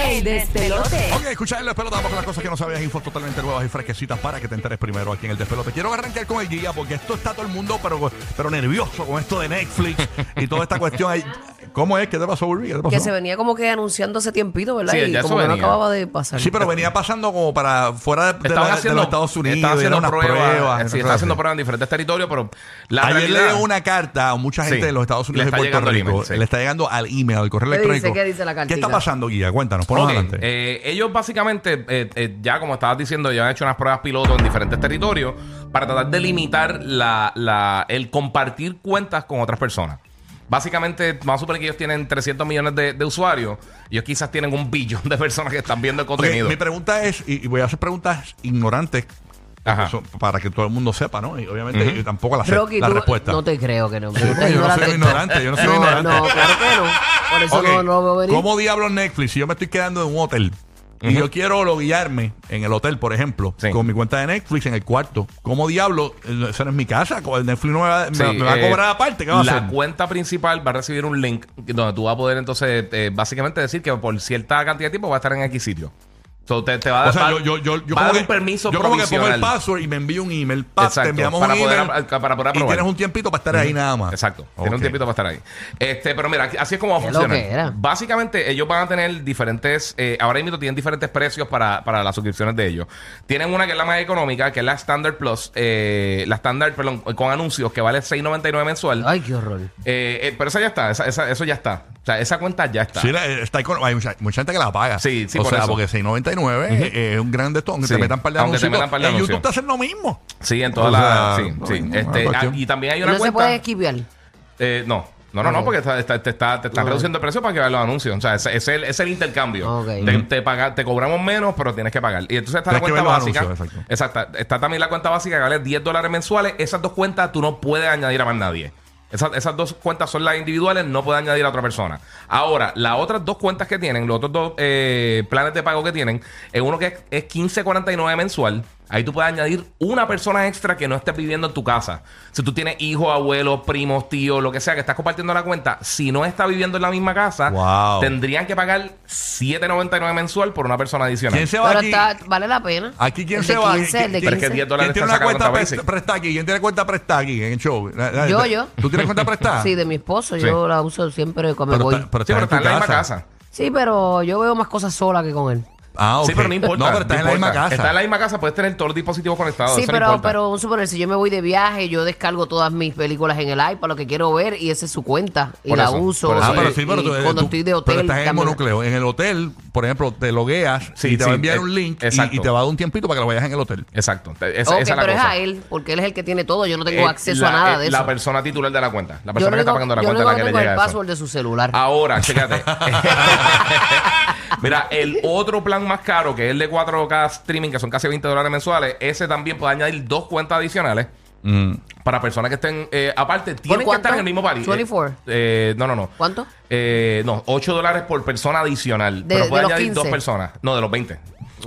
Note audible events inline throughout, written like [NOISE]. El despelote. Ok, escucha el despelote, vamos con las cosas que no sabías, infos totalmente nuevas y fresquecitas para que te enteres primero aquí en el despelote. Quiero arrancar con el guía porque esto está todo el mundo, pero, pero nervioso con esto de Netflix y toda esta cuestión. ahí. ¿Cómo es? ¿Qué te pasó, Burby? ¿Qué te pasó? Que se venía como que anunciando hace tiempito, ¿verdad? Sí, y ya como eso que no venía. acababa de pasar. Sí, pero venía pasando como para fuera de, de Estaban la- de haciendo- los Estados Unidos. Estaban haciendo eran unas pruebas. pruebas, sí, cosas están haciendo así. pruebas en diferentes territorios, pero la Ayer le realidad- llegó una carta a mucha gente Sí, de los Estados le Unidos y está Puerto llegando el Rico. email, sí. Le está llegando al email, al correo ¿Qué dice? electrónico. ¿Qué dice la ¿Qué cartita? está pasando, Guía? Cuéntanos, ponnos Ok, adelante. eh, ellos básicamente, eh, eh, ya como estabas diciendo, ya han hecho unas pruebas piloto en diferentes territorios para tratar de limitar la, la- el compartir cuentas con otras personas. Básicamente, vamos a suponer que ellos tienen 300 millones de, de usuarios. Ellos quizás tienen un billón de personas que están viendo el Ok, contenido. mi pregunta es, y, y voy a hacer preguntas ignorantes Ajá. eso, para que todo el mundo sepa, ¿no? Y obviamente yo tampoco la, sé, Rocky, la tú- respuesta. No te creo que no. Yo no soy un ignorante, yo no soy un ignorante. No, claro que no. Por eso Ok, no, no lo veo venir. ¿Cómo diablos Netflix? Si yo me estoy quedando en un hotel y yo quiero loguearme en el hotel, por ejemplo, Sí. con mi cuenta de Netflix en el cuarto, ¿cómo diablo? Eh, Eso no es mi casa. co- El Netflix no me va, me- Sí, me va a eh, cobrar aparte. ¿Qué va a La hacer? cuenta principal va a recibir un link donde tú vas a poder entonces eh, básicamente decir que por cierta cantidad de tiempo va a estar en X sitio. So, te, te va a O sea, va- yo, yo, yo, yo va como a dar que, un permiso yo como que pongo el provisional. password y me envío un email. pa, te Exacto, enviamos para un poder email ap- para poder y aprobar. tienes un tiempito para estar ahí nada más. Exacto. Ok. Tiene un tiempito para estar ahí. Este, pero mira, aquí- así es como va a Qué loquera. funcionar. Básicamente, ellos van a tener diferentes. eh, ahora mismo tienen diferentes precios para, para las suscripciones de ellos. Tienen una que es la más económica, que es la Standard Plus. eh, la Standard, perdón, con anuncios, que vale $6.99 mensual. Ay, qué horror. Eh, eh, pero esa ya está. esa- esa- eso ya está. O sea, esa cuenta ya está. Sí, la- está ahí con- hay mucha, mucha gente que la paga. Sí, sí, O por sea, eso. porque 6.99 eh, es un gran de esto, aunque Sí, te metan par de aunque te anuncios. metan par de en YouTube anuncios. te hacen lo mismo. Sí, en todas O sea, pues, las. Sí, no, sí. no, Este, no, no, ah, cuestión. y también hay No una se cuenta. puede esquiviar. Eh, no. No, no, no, Ok. porque está- está- te, está- te están reduciendo el precio para que veas los anuncios. O sea, ese- ese es, el, ese es el intercambio. Ok. Te, te paga- te cobramos menos, pero tienes que pagar. Y entonces está Tienes la que cuenta ver los básica. anuncios, exacto. Exacta. Está también la cuenta básica que vale 10 dólares mensuales. Esas dos cuentas tú no puedes añadir a más nadie. Esas, esas dos cuentas son las individuales, no puedes añadir a otra persona. Ahora, las otras dos cuentas que tienen, los otros dos eh, planes de pago que tienen, es uno que es, es 15.49 mensual. Ahí tú puedes añadir una persona extra que no esté viviendo en tu casa. Si tú tienes hijos, abuelos, primos, tíos, lo que sea, que estás compartiendo la cuenta, si no está viviendo en la misma casa, Wow. tendrían que pagar 7.99 mensual por una persona adicional. ¿Quién se va Pero aquí? está, vale la pena. Aquí quién El se de va. 15, el de Pero es que 15. 10 ¿Quién dólares tiene están una sacando cuenta otra pre- vez. presta aquí? ¿Quién tiene cuenta presta aquí en el show? La- la- Yo, la- yo. ¿Tú tienes cuenta prestada? [LAUGHS] Sí, de mi esposo. Sí. Yo la uso siempre cuando me pero voy. está, pero Sí, pero está está en la tu misma casa. Sí, pero yo veo más cosas sola que con él. Ah, ok. Sí, pero no No, importa. pero está no en la misma importa. casa. Está en la misma casa, puedes tener todos los dispositivos conectados. Sí, Oh, eso no pero, importa. pero vamos a suponer, si yo me voy de viaje, yo descargo todas mis películas en el iPad, lo que quiero ver, y esa es su cuenta. Y Por la eso, uso. por eso. Ah, y- pero sí, pero y tú- cuando tú- estoy de pero hotel. estás en el también- monocleo. En el hotel, por ejemplo, te logueas Sí, y te va sí, a enviar eh, un link y, exacto. y te va a dar un tiempito para que lo vayas en el hotel. Exacto. Te- Esa, Ok, esa es la pero es cosa. a él, porque él es el que tiene todo. Yo no tengo Eh, acceso la- a nada de eh, eso. La persona titular de la cuenta. La yo persona no que está pagando la yo cuenta es no la que le tengo el llega eso. Ah. password de su celular. Ahora, [LAUGHS] chécate. [LAUGHS] Mira, el otro plan más caro, que es el de 4K streaming, que son casi 20 dólares mensuales, ese también puede añadir dos cuentas adicionales. Mm. Para personas que estén eh, aparte, tienen que cuánto? estar en el mismo país. 24. Eh, eh, no, no, no. ¿Cuánto? Eh, no, 8 dólares por persona adicional. De- pero de puede los añadir 15. dos personas. No, de los 20.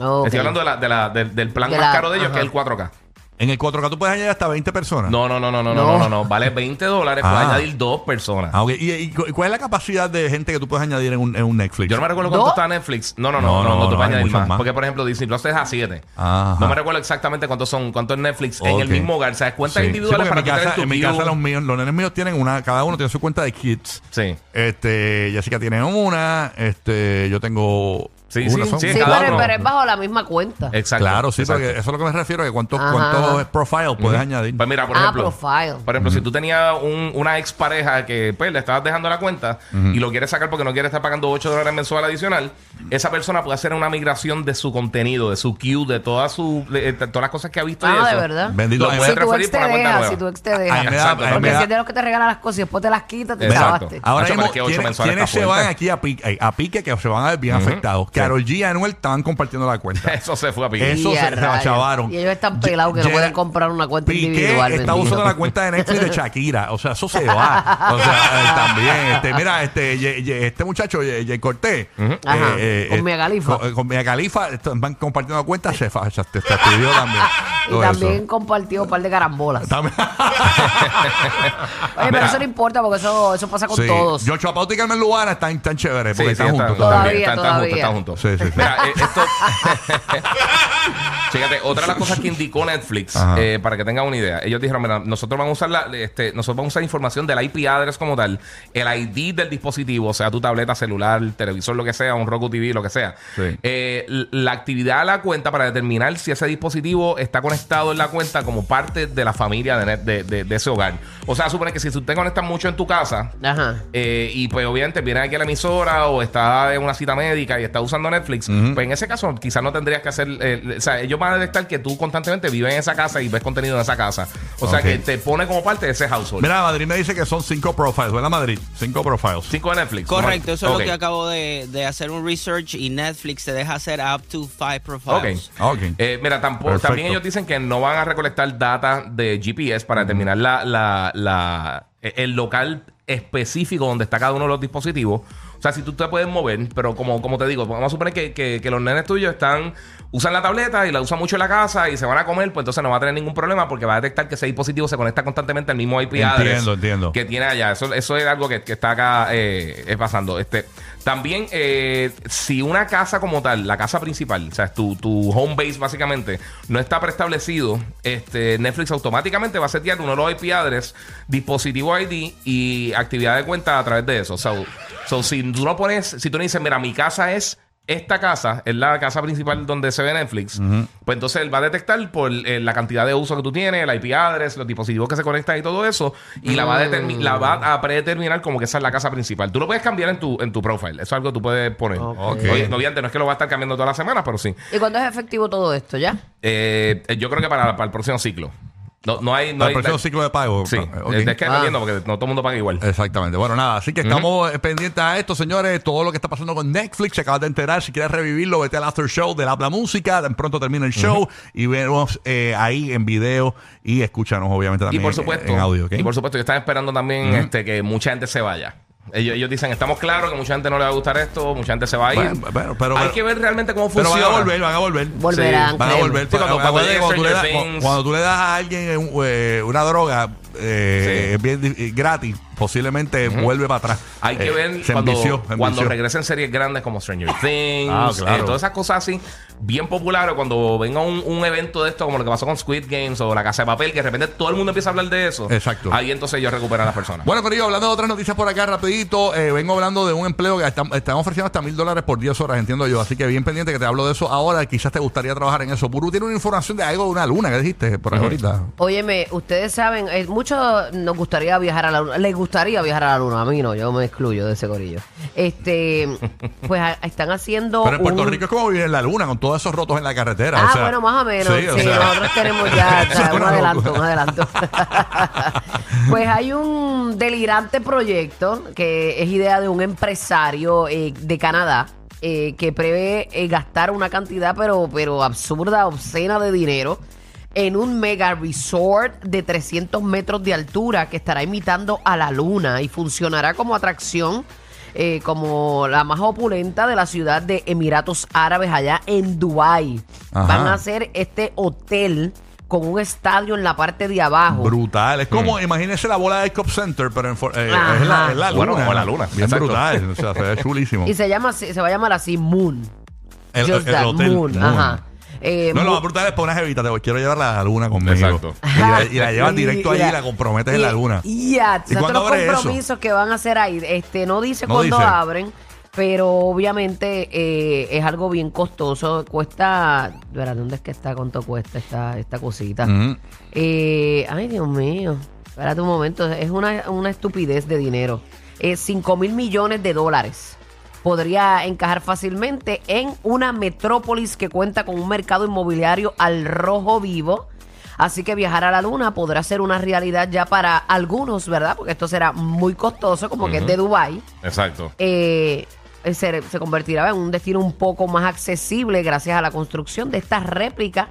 Ok. Estoy hablando de la- de la- del, del plan De más la- caro de ellos, ajá. que es el 4K. En el 4K tú puedes añadir hasta 20 personas. No, no, no, no, no, no, No. no, no, no. Vale 20 dólares, puede Ah. añadir dos personas. Ah, ok. ¿Y, y cu- cuál es la capacidad de gente que tú puedes añadir en un, en un Netflix? Yo no me recuerdo ¿Dos? cuánto está Netflix. No, no, No, no, no, no, no, te no, puedes hay añadir muchos más. más. Porque, por ejemplo, Disney Plus es a 7. Ajá. No me recuerdo exactamente cuántos son, cuánto es Netflix en Ok. el mismo hogar. O sea, es cuentas Sí. individuales Sí, para porque que en mi casa, tu en mi view. casa los míos, los nenes míos tienen una, cada uno tiene su cuenta de kids. Sí. Este, Jessica tiene una, este, yo tengo Sí, Una sí, son- sí, Sí, Sí, cada pero, uno. pero es bajo la misma cuenta. Exacto. claro, sí, exacto. porque eso es lo que me refiero, que cuántos Ajá. cuántos profile puedes añadir. Pues mira, por Ah, ejemplo, profile. por ejemplo, si tú tenías un- una expareja que pues, le estabas dejando la cuenta y lo quieres sacar porque no quiere estar pagando 8 dólares mensual adicional, esa persona puede hacer una migración de su contenido, de su queue, de todas su, de- de todas las cosas que ha visto. y Ah, eso. de verdad. Bendito Lo Dios. puedes Si tu transferir ex te por la cuenta deja, nueva. si tu ex te A mí me da- Exacto, a deja. mí porque me Porque da- si es de los que te regalan las cosas y después te las quitas, te Exacto. Ah, acabaste. Ahora Nacho, mismo, pero es que ocho ¿quiénes- mensuales ¿quiénes está se van fuerte. aquí a, pique, a pique que se van a ver bien afectados? Carol G y Anuel estaban compartiendo la [LAUGHS] cuenta. [LAUGHS] Eso se fue a pique. Eso Y se, a se rayos. bachavaron. Y ellos están pelados que no Ye- pueden comprar una cuenta Piqué individual, está bendito. usando la cuenta de Netflix de Shakira. O sea, eso se va. O sea, eh, también. Este, mira, este, Ye- Ye- este muchacho, Ye- Ye Cortés. eh, Ajá, con Mia Khalifa. Con, con Mia Khalifa, esto- van compartiendo cuentas. Se, fa- se, se estudió también. Y todo también eso. Ah, compartió un par de carambolas. También. Oye, pero Mira. eso no importa porque eso, eso pasa [LAUGHS] con Sí. todos. Yocho Apauta y Carmen Lubana están, están chéveres porque Sí, sí, están juntos. Todavía, también, están- están juntos, todavía. están juntos. Sí, sí, sí. Mira, eh, esto. [LAUGHS] Fíjate, otra de las cosas que indicó Netflix, Ajá. eh, para que tengan una idea, ellos dijeron, mira, nosotros vamos a usar la, este, nosotros vamos a usar información del IP address como tal, el ID del dispositivo, o sea, tu tableta, celular, televisor, lo que sea, un Roku TV, lo que sea. Sí. Eh, l- la actividad a la cuenta para determinar si ese dispositivo está conectado en la cuenta como parte de la familia de, net- de- de- de ese hogar. O sea, supone que si tú te conectas mucho en tu casa, Ajá. eh, y pues obviamente viene aquí a la emisora o está en una cita médica y está usando Netflix, pues en ese caso quizás no tendrías que hacer, eh, o sea, ellos van a detectar que tú constantemente vives en esa casa y ves contenido en esa casa. O sea Ok. que te pone como parte de ese household. Mira, Madrid me dice que son cinco profiles, ¿verdad, Madrid? Cinco profiles. Cinco de Netflix. Correcto, eso Ok. es lo que acabo de, de hacer un research y Netflix te deja hacer up to five profiles. Ok. Ok. Eh, mira, tampoco, Perfecto. también ellos dicen que no van a recolectar data de GPS para determinar la, la- la- e, el local específico donde está cada uno de los dispositivos. O sea, si tú te puedes mover, pero como, como te digo, vamos a suponer que, que- que los nenes tuyos están usan la tableta y la usan mucho en la casa y se van a comer, pues entonces no va a tener ningún problema porque va a detectar que ese dispositivo se conecta constantemente al mismo IP address Entiendo, entiendo. que tiene allá. Eso, eso es algo que, que está acá eh, eh, pasando. Este, también, eh, si una casa como tal, la casa principal, o sea, tu, tu home base básicamente, no está preestablecido, este, Netflix automáticamente va a setear uno de los IP address, dispositivo ID y actividad de cuenta a través de eso. So, so, si tú no pones, si tú no dices, mira, mi casa es esta casa es la casa principal donde se ve Netflix. Pues entonces él va a detectar por eh, la cantidad de uso que tú tienes, el IP address, los dispositivos que se conectan y todo eso. Y la, va a determi- la va a predeterminar como que esa es la casa principal. Tú lo puedes cambiar en tu, en tu profile. Eso es algo que tú puedes poner. Ok. Oye, obviamente no es que lo va a estar cambiando todas las semanas, pero sí. ¿Y cuándo es efectivo todo esto ya? Eh, eh, yo creo que para, para el próximo ciclo. No, no hay. No Al hay próximo ciclo de pago. Sí, Ah, ok. es que Ah. dependiendo, porque no todo el mundo paga igual. Exactamente. Bueno, nada, así que estamos eh, pendientes a esto, señores. Todo lo que está pasando con Netflix, se acabas de enterar. Si quieres revivirlo, vete al after show del Habla Música. Tan pronto termina el show y vemos eh, ahí en video y escúchanos, obviamente, Y también por en- supuesto, en audio. ¿ok? y por supuesto, yo estaba esperando también este, que mucha gente se vaya. Ellos, ellos dicen, estamos claros que mucha gente no le va a gustar esto, mucha gente se va a ir. Bueno, bueno, pero- Hay pero- que ver realmente cómo Pero van funciona. a volver, van a volver. Volverán. Van a créeme. volver. Sí, cuando- Acuérdate cuando que llegue cuando, tú le das, Stranger cu- Things. cuando tú le das a alguien eh, un- eh, una droga eh, Sí. es bien di- eh, gratis, posiblemente vuelve para atrás. Hay que Eh, ver se cuando, envició, se cuando envició. regresen series grandes como Stranger Things, Ah, claro. eh, todas esas cosas así, bien populares, o cuando venga un, un evento de esto como lo que pasó con Squid Games o La Casa de Papel, que de repente todo el mundo empieza a hablar de eso. Exacto. Ahí entonces ellos recuperan a las personas. Bueno, Corillo, hablando de otras noticias por acá, rapidito, eh, vengo hablando de un empleo que están, están ofreciendo hasta mil dólares por 10 horas, entiendo yo. Así que bien pendiente que te hablo de eso ahora. Quizás te gustaría trabajar en eso. Puru tiene una información de algo de una luna que dijiste por ahí ahorita. Óyeme, ustedes saben, eh, muchos nos gustaría viajar a la luna, les gustaría viajar a la luna, a mí no, yo me excluyo de ese corillo. [LAUGHS] Este, pues a- están haciendo Pero en Puerto un- Rico es como vivir en la luna, con todos esos rotos en la carretera. Ah, o sea, bueno, más o menos. Sí, o sea. nosotros tenemos [LAUGHS] ya Eso es ¿sabes? un una adelanto, locura. un adelanto. pues hay un delirante proyecto que es idea de un empresario eh, de Canadá. eh, que prevé eh, gastar una cantidad pero, pero absurda, obscena de dinero en un mega resort de 300 metros de altura que estará imitando a la luna y funcionará como atracción eh, como la más opulenta de la ciudad de Emiratos Árabes allá en Dubái. Ajá. Van a hacer este hotel con un estadio en la parte de abajo. Brutal. Es como, imagínense la bola de Cop Center, pero en, for- eh, Mm. Ajá. es la, es la luna. Bueno, como la luna, Bien exacto. brutal. O sea, se ve chulísimo. [LAUGHS] y se llama así- se va a llamar así Moon. Just that, Moon. Ajá. Eh, No, lo Moon- más brutal es poner una jevita. Te quiero llevar a la luna conmigo. Exacto. Y la, y la llevas Y- directo allí y mira, la comprometes en la luna. Y ya, ¿Y o sea, cuándo todos los abre eso? compromisos que van a hacer ahí. Este, no dice No cuándo dice. abren. Pero obviamente eh, es algo bien costoso. Cuesta. Espera, ¿dónde es que está? ¿Cuánto cuesta esta, esta cosita? Mm. Eh, ay, Dios mío. Espérate un momento. Es una, una estupidez de dinero. Eh, 5 mil millones de dólares. Podría encajar fácilmente en una metrópolis que cuenta con un mercado inmobiliario al rojo vivo. Así que viajar a la luna podrá ser una realidad ya para algunos, ¿verdad? Porque esto será muy costoso, como que es de Dubái Exacto. eh, se, se convertirá en un destino un poco más accesible gracias a la construcción de esta réplica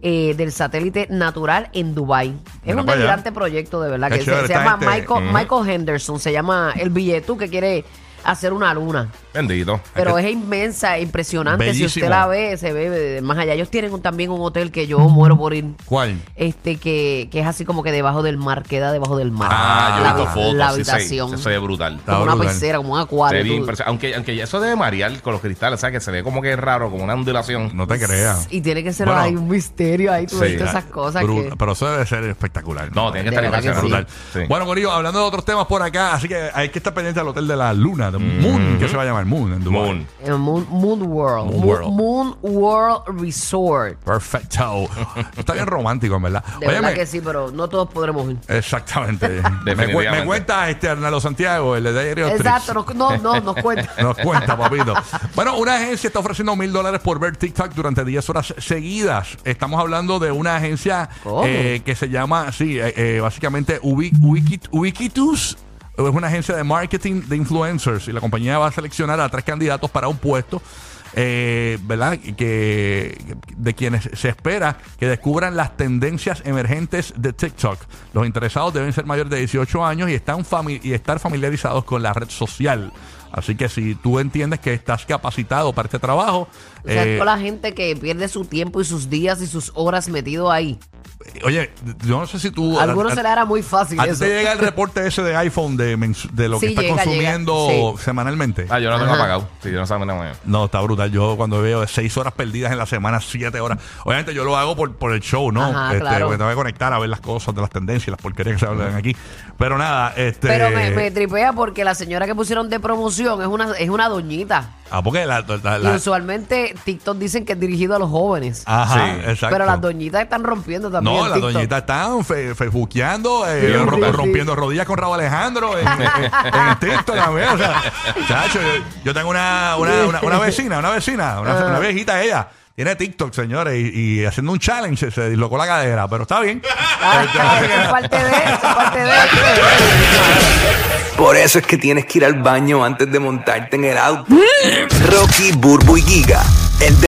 eh, del satélite natural en Dubai. Es Mira un para allá. delirante proyecto de verdad Qué que se, chévere, se esta llama gente, Michael, ujú. Michael Henderson, se llama el billetú que quiere hacer una luna. Bendito. Pero que- es inmensa, e impresionante. Si Ah, Bellísimo. usted la ve, se ve de más allá. Ellos tienen un- también un hotel que yo muero por ir. ¿Cuál? Este que, que es así como que debajo del mar, queda debajo del mar. Ah, yo he la, visto fotos. la sí, se- habitación. Se, se ve brutal. Está como una brutal. pecera, como un Se ve acuario. bien tú- impresionante. aunque, aunque eso debe marear con los cristales, ¿sabes? Que se ve como que es raro, como una ondulación. No te creas. Y tiene que ser Bueno, ahí un misterio ahí, tú sí, ves todas esas cosas Bru- que... Pero eso debe ser espectacular. No, tiene que estar De verdad que impresionante. brutal. Sí. Bueno, Corillo, hablando de otros temas por acá, así que hay que estar pendiente al Hotel de la Luna, de Moon, que se va a llamar Moon en Dubái. Moon. Eh, Moon, Moon World. Moon Moon World. Moon World Resort. [LAUGHS] Perfecto. Está bien romántico, en verdad. De verdad que sí, pero no todos podremos ir. [LAUGHS] Exactamente. me, cuen- Definitivamente. me cuenta este Arnaldo Santiago, el de Diary of Trips. Exacto, nos- no, [LAUGHS] no, nos cuenta. Nos cuenta, papito. Bueno, una agencia está ofreciendo mil dólares por ver TikTok durante 10 horas seguidas. Estamos hablando de una agencia ¿Cómo? eh, que se llama, sí, eh, eh, básicamente Ubi- Wikit- Wikitus. Es una agencia de marketing de influencers y la compañía va a seleccionar a tres candidatos para un puesto. eh, ¿Verdad? Que, de quienes se espera que descubran las tendencias emergentes de TikTok. Los interesados deben ser mayores de 18 años y, están fami- y estar familiarizados con la red social. Así que si tú entiendes que estás capacitado para este trabajo, O sea, eh, toda la gente que pierde su tiempo y sus días y sus horas metido ahí. oye, yo no sé si tú... A algunos a- se le hará muy fácil a ti eso. te llega el reporte ese de iPhone de, mens- de lo que Sí, estás llega, consumiendo llega, sí. semanalmente. Ah, yo no tengo Ajá. apagado. Sí, yo no sabía nada más. No, está brutal. Yo cuando veo seis horas perdidas en la semana, siete horas. Obviamente yo lo hago por, por el show, ¿no? Ajá, este, claro. Porque tengo que conectar a ver las cosas de las tendencias y las porquerías que se hablan aquí. Pero nada, este. Pero me, me tripea porque la señora que pusieron de promoción es una, es una doñita. Ah, porque la. la- la- Y usualmente TikTok dicen que es dirigido a los jóvenes. Ajá, Sí. exacto. Pero las doñitas están rompiendo también. No, en las TikTok. doñitas están fe- facebookeando, eh, Sí, ro- sí, rompiendo rodillas con Raúl Alejandro en, [LAUGHS] en, en TikTok también. O sea, chacho, yo, yo tengo una, una, una, una vecina, una vecina, Ah. una, una viejita ella. Tiene TikTok, señores, y, y haciendo un challenge se dislocó la cadera, pero está bien. Ah, es [LAUGHS] parte de eso, es parte de eso. Por eso es que tienes que ir al baño antes de montarte en el auto. Rocky, Burbu y Giga. El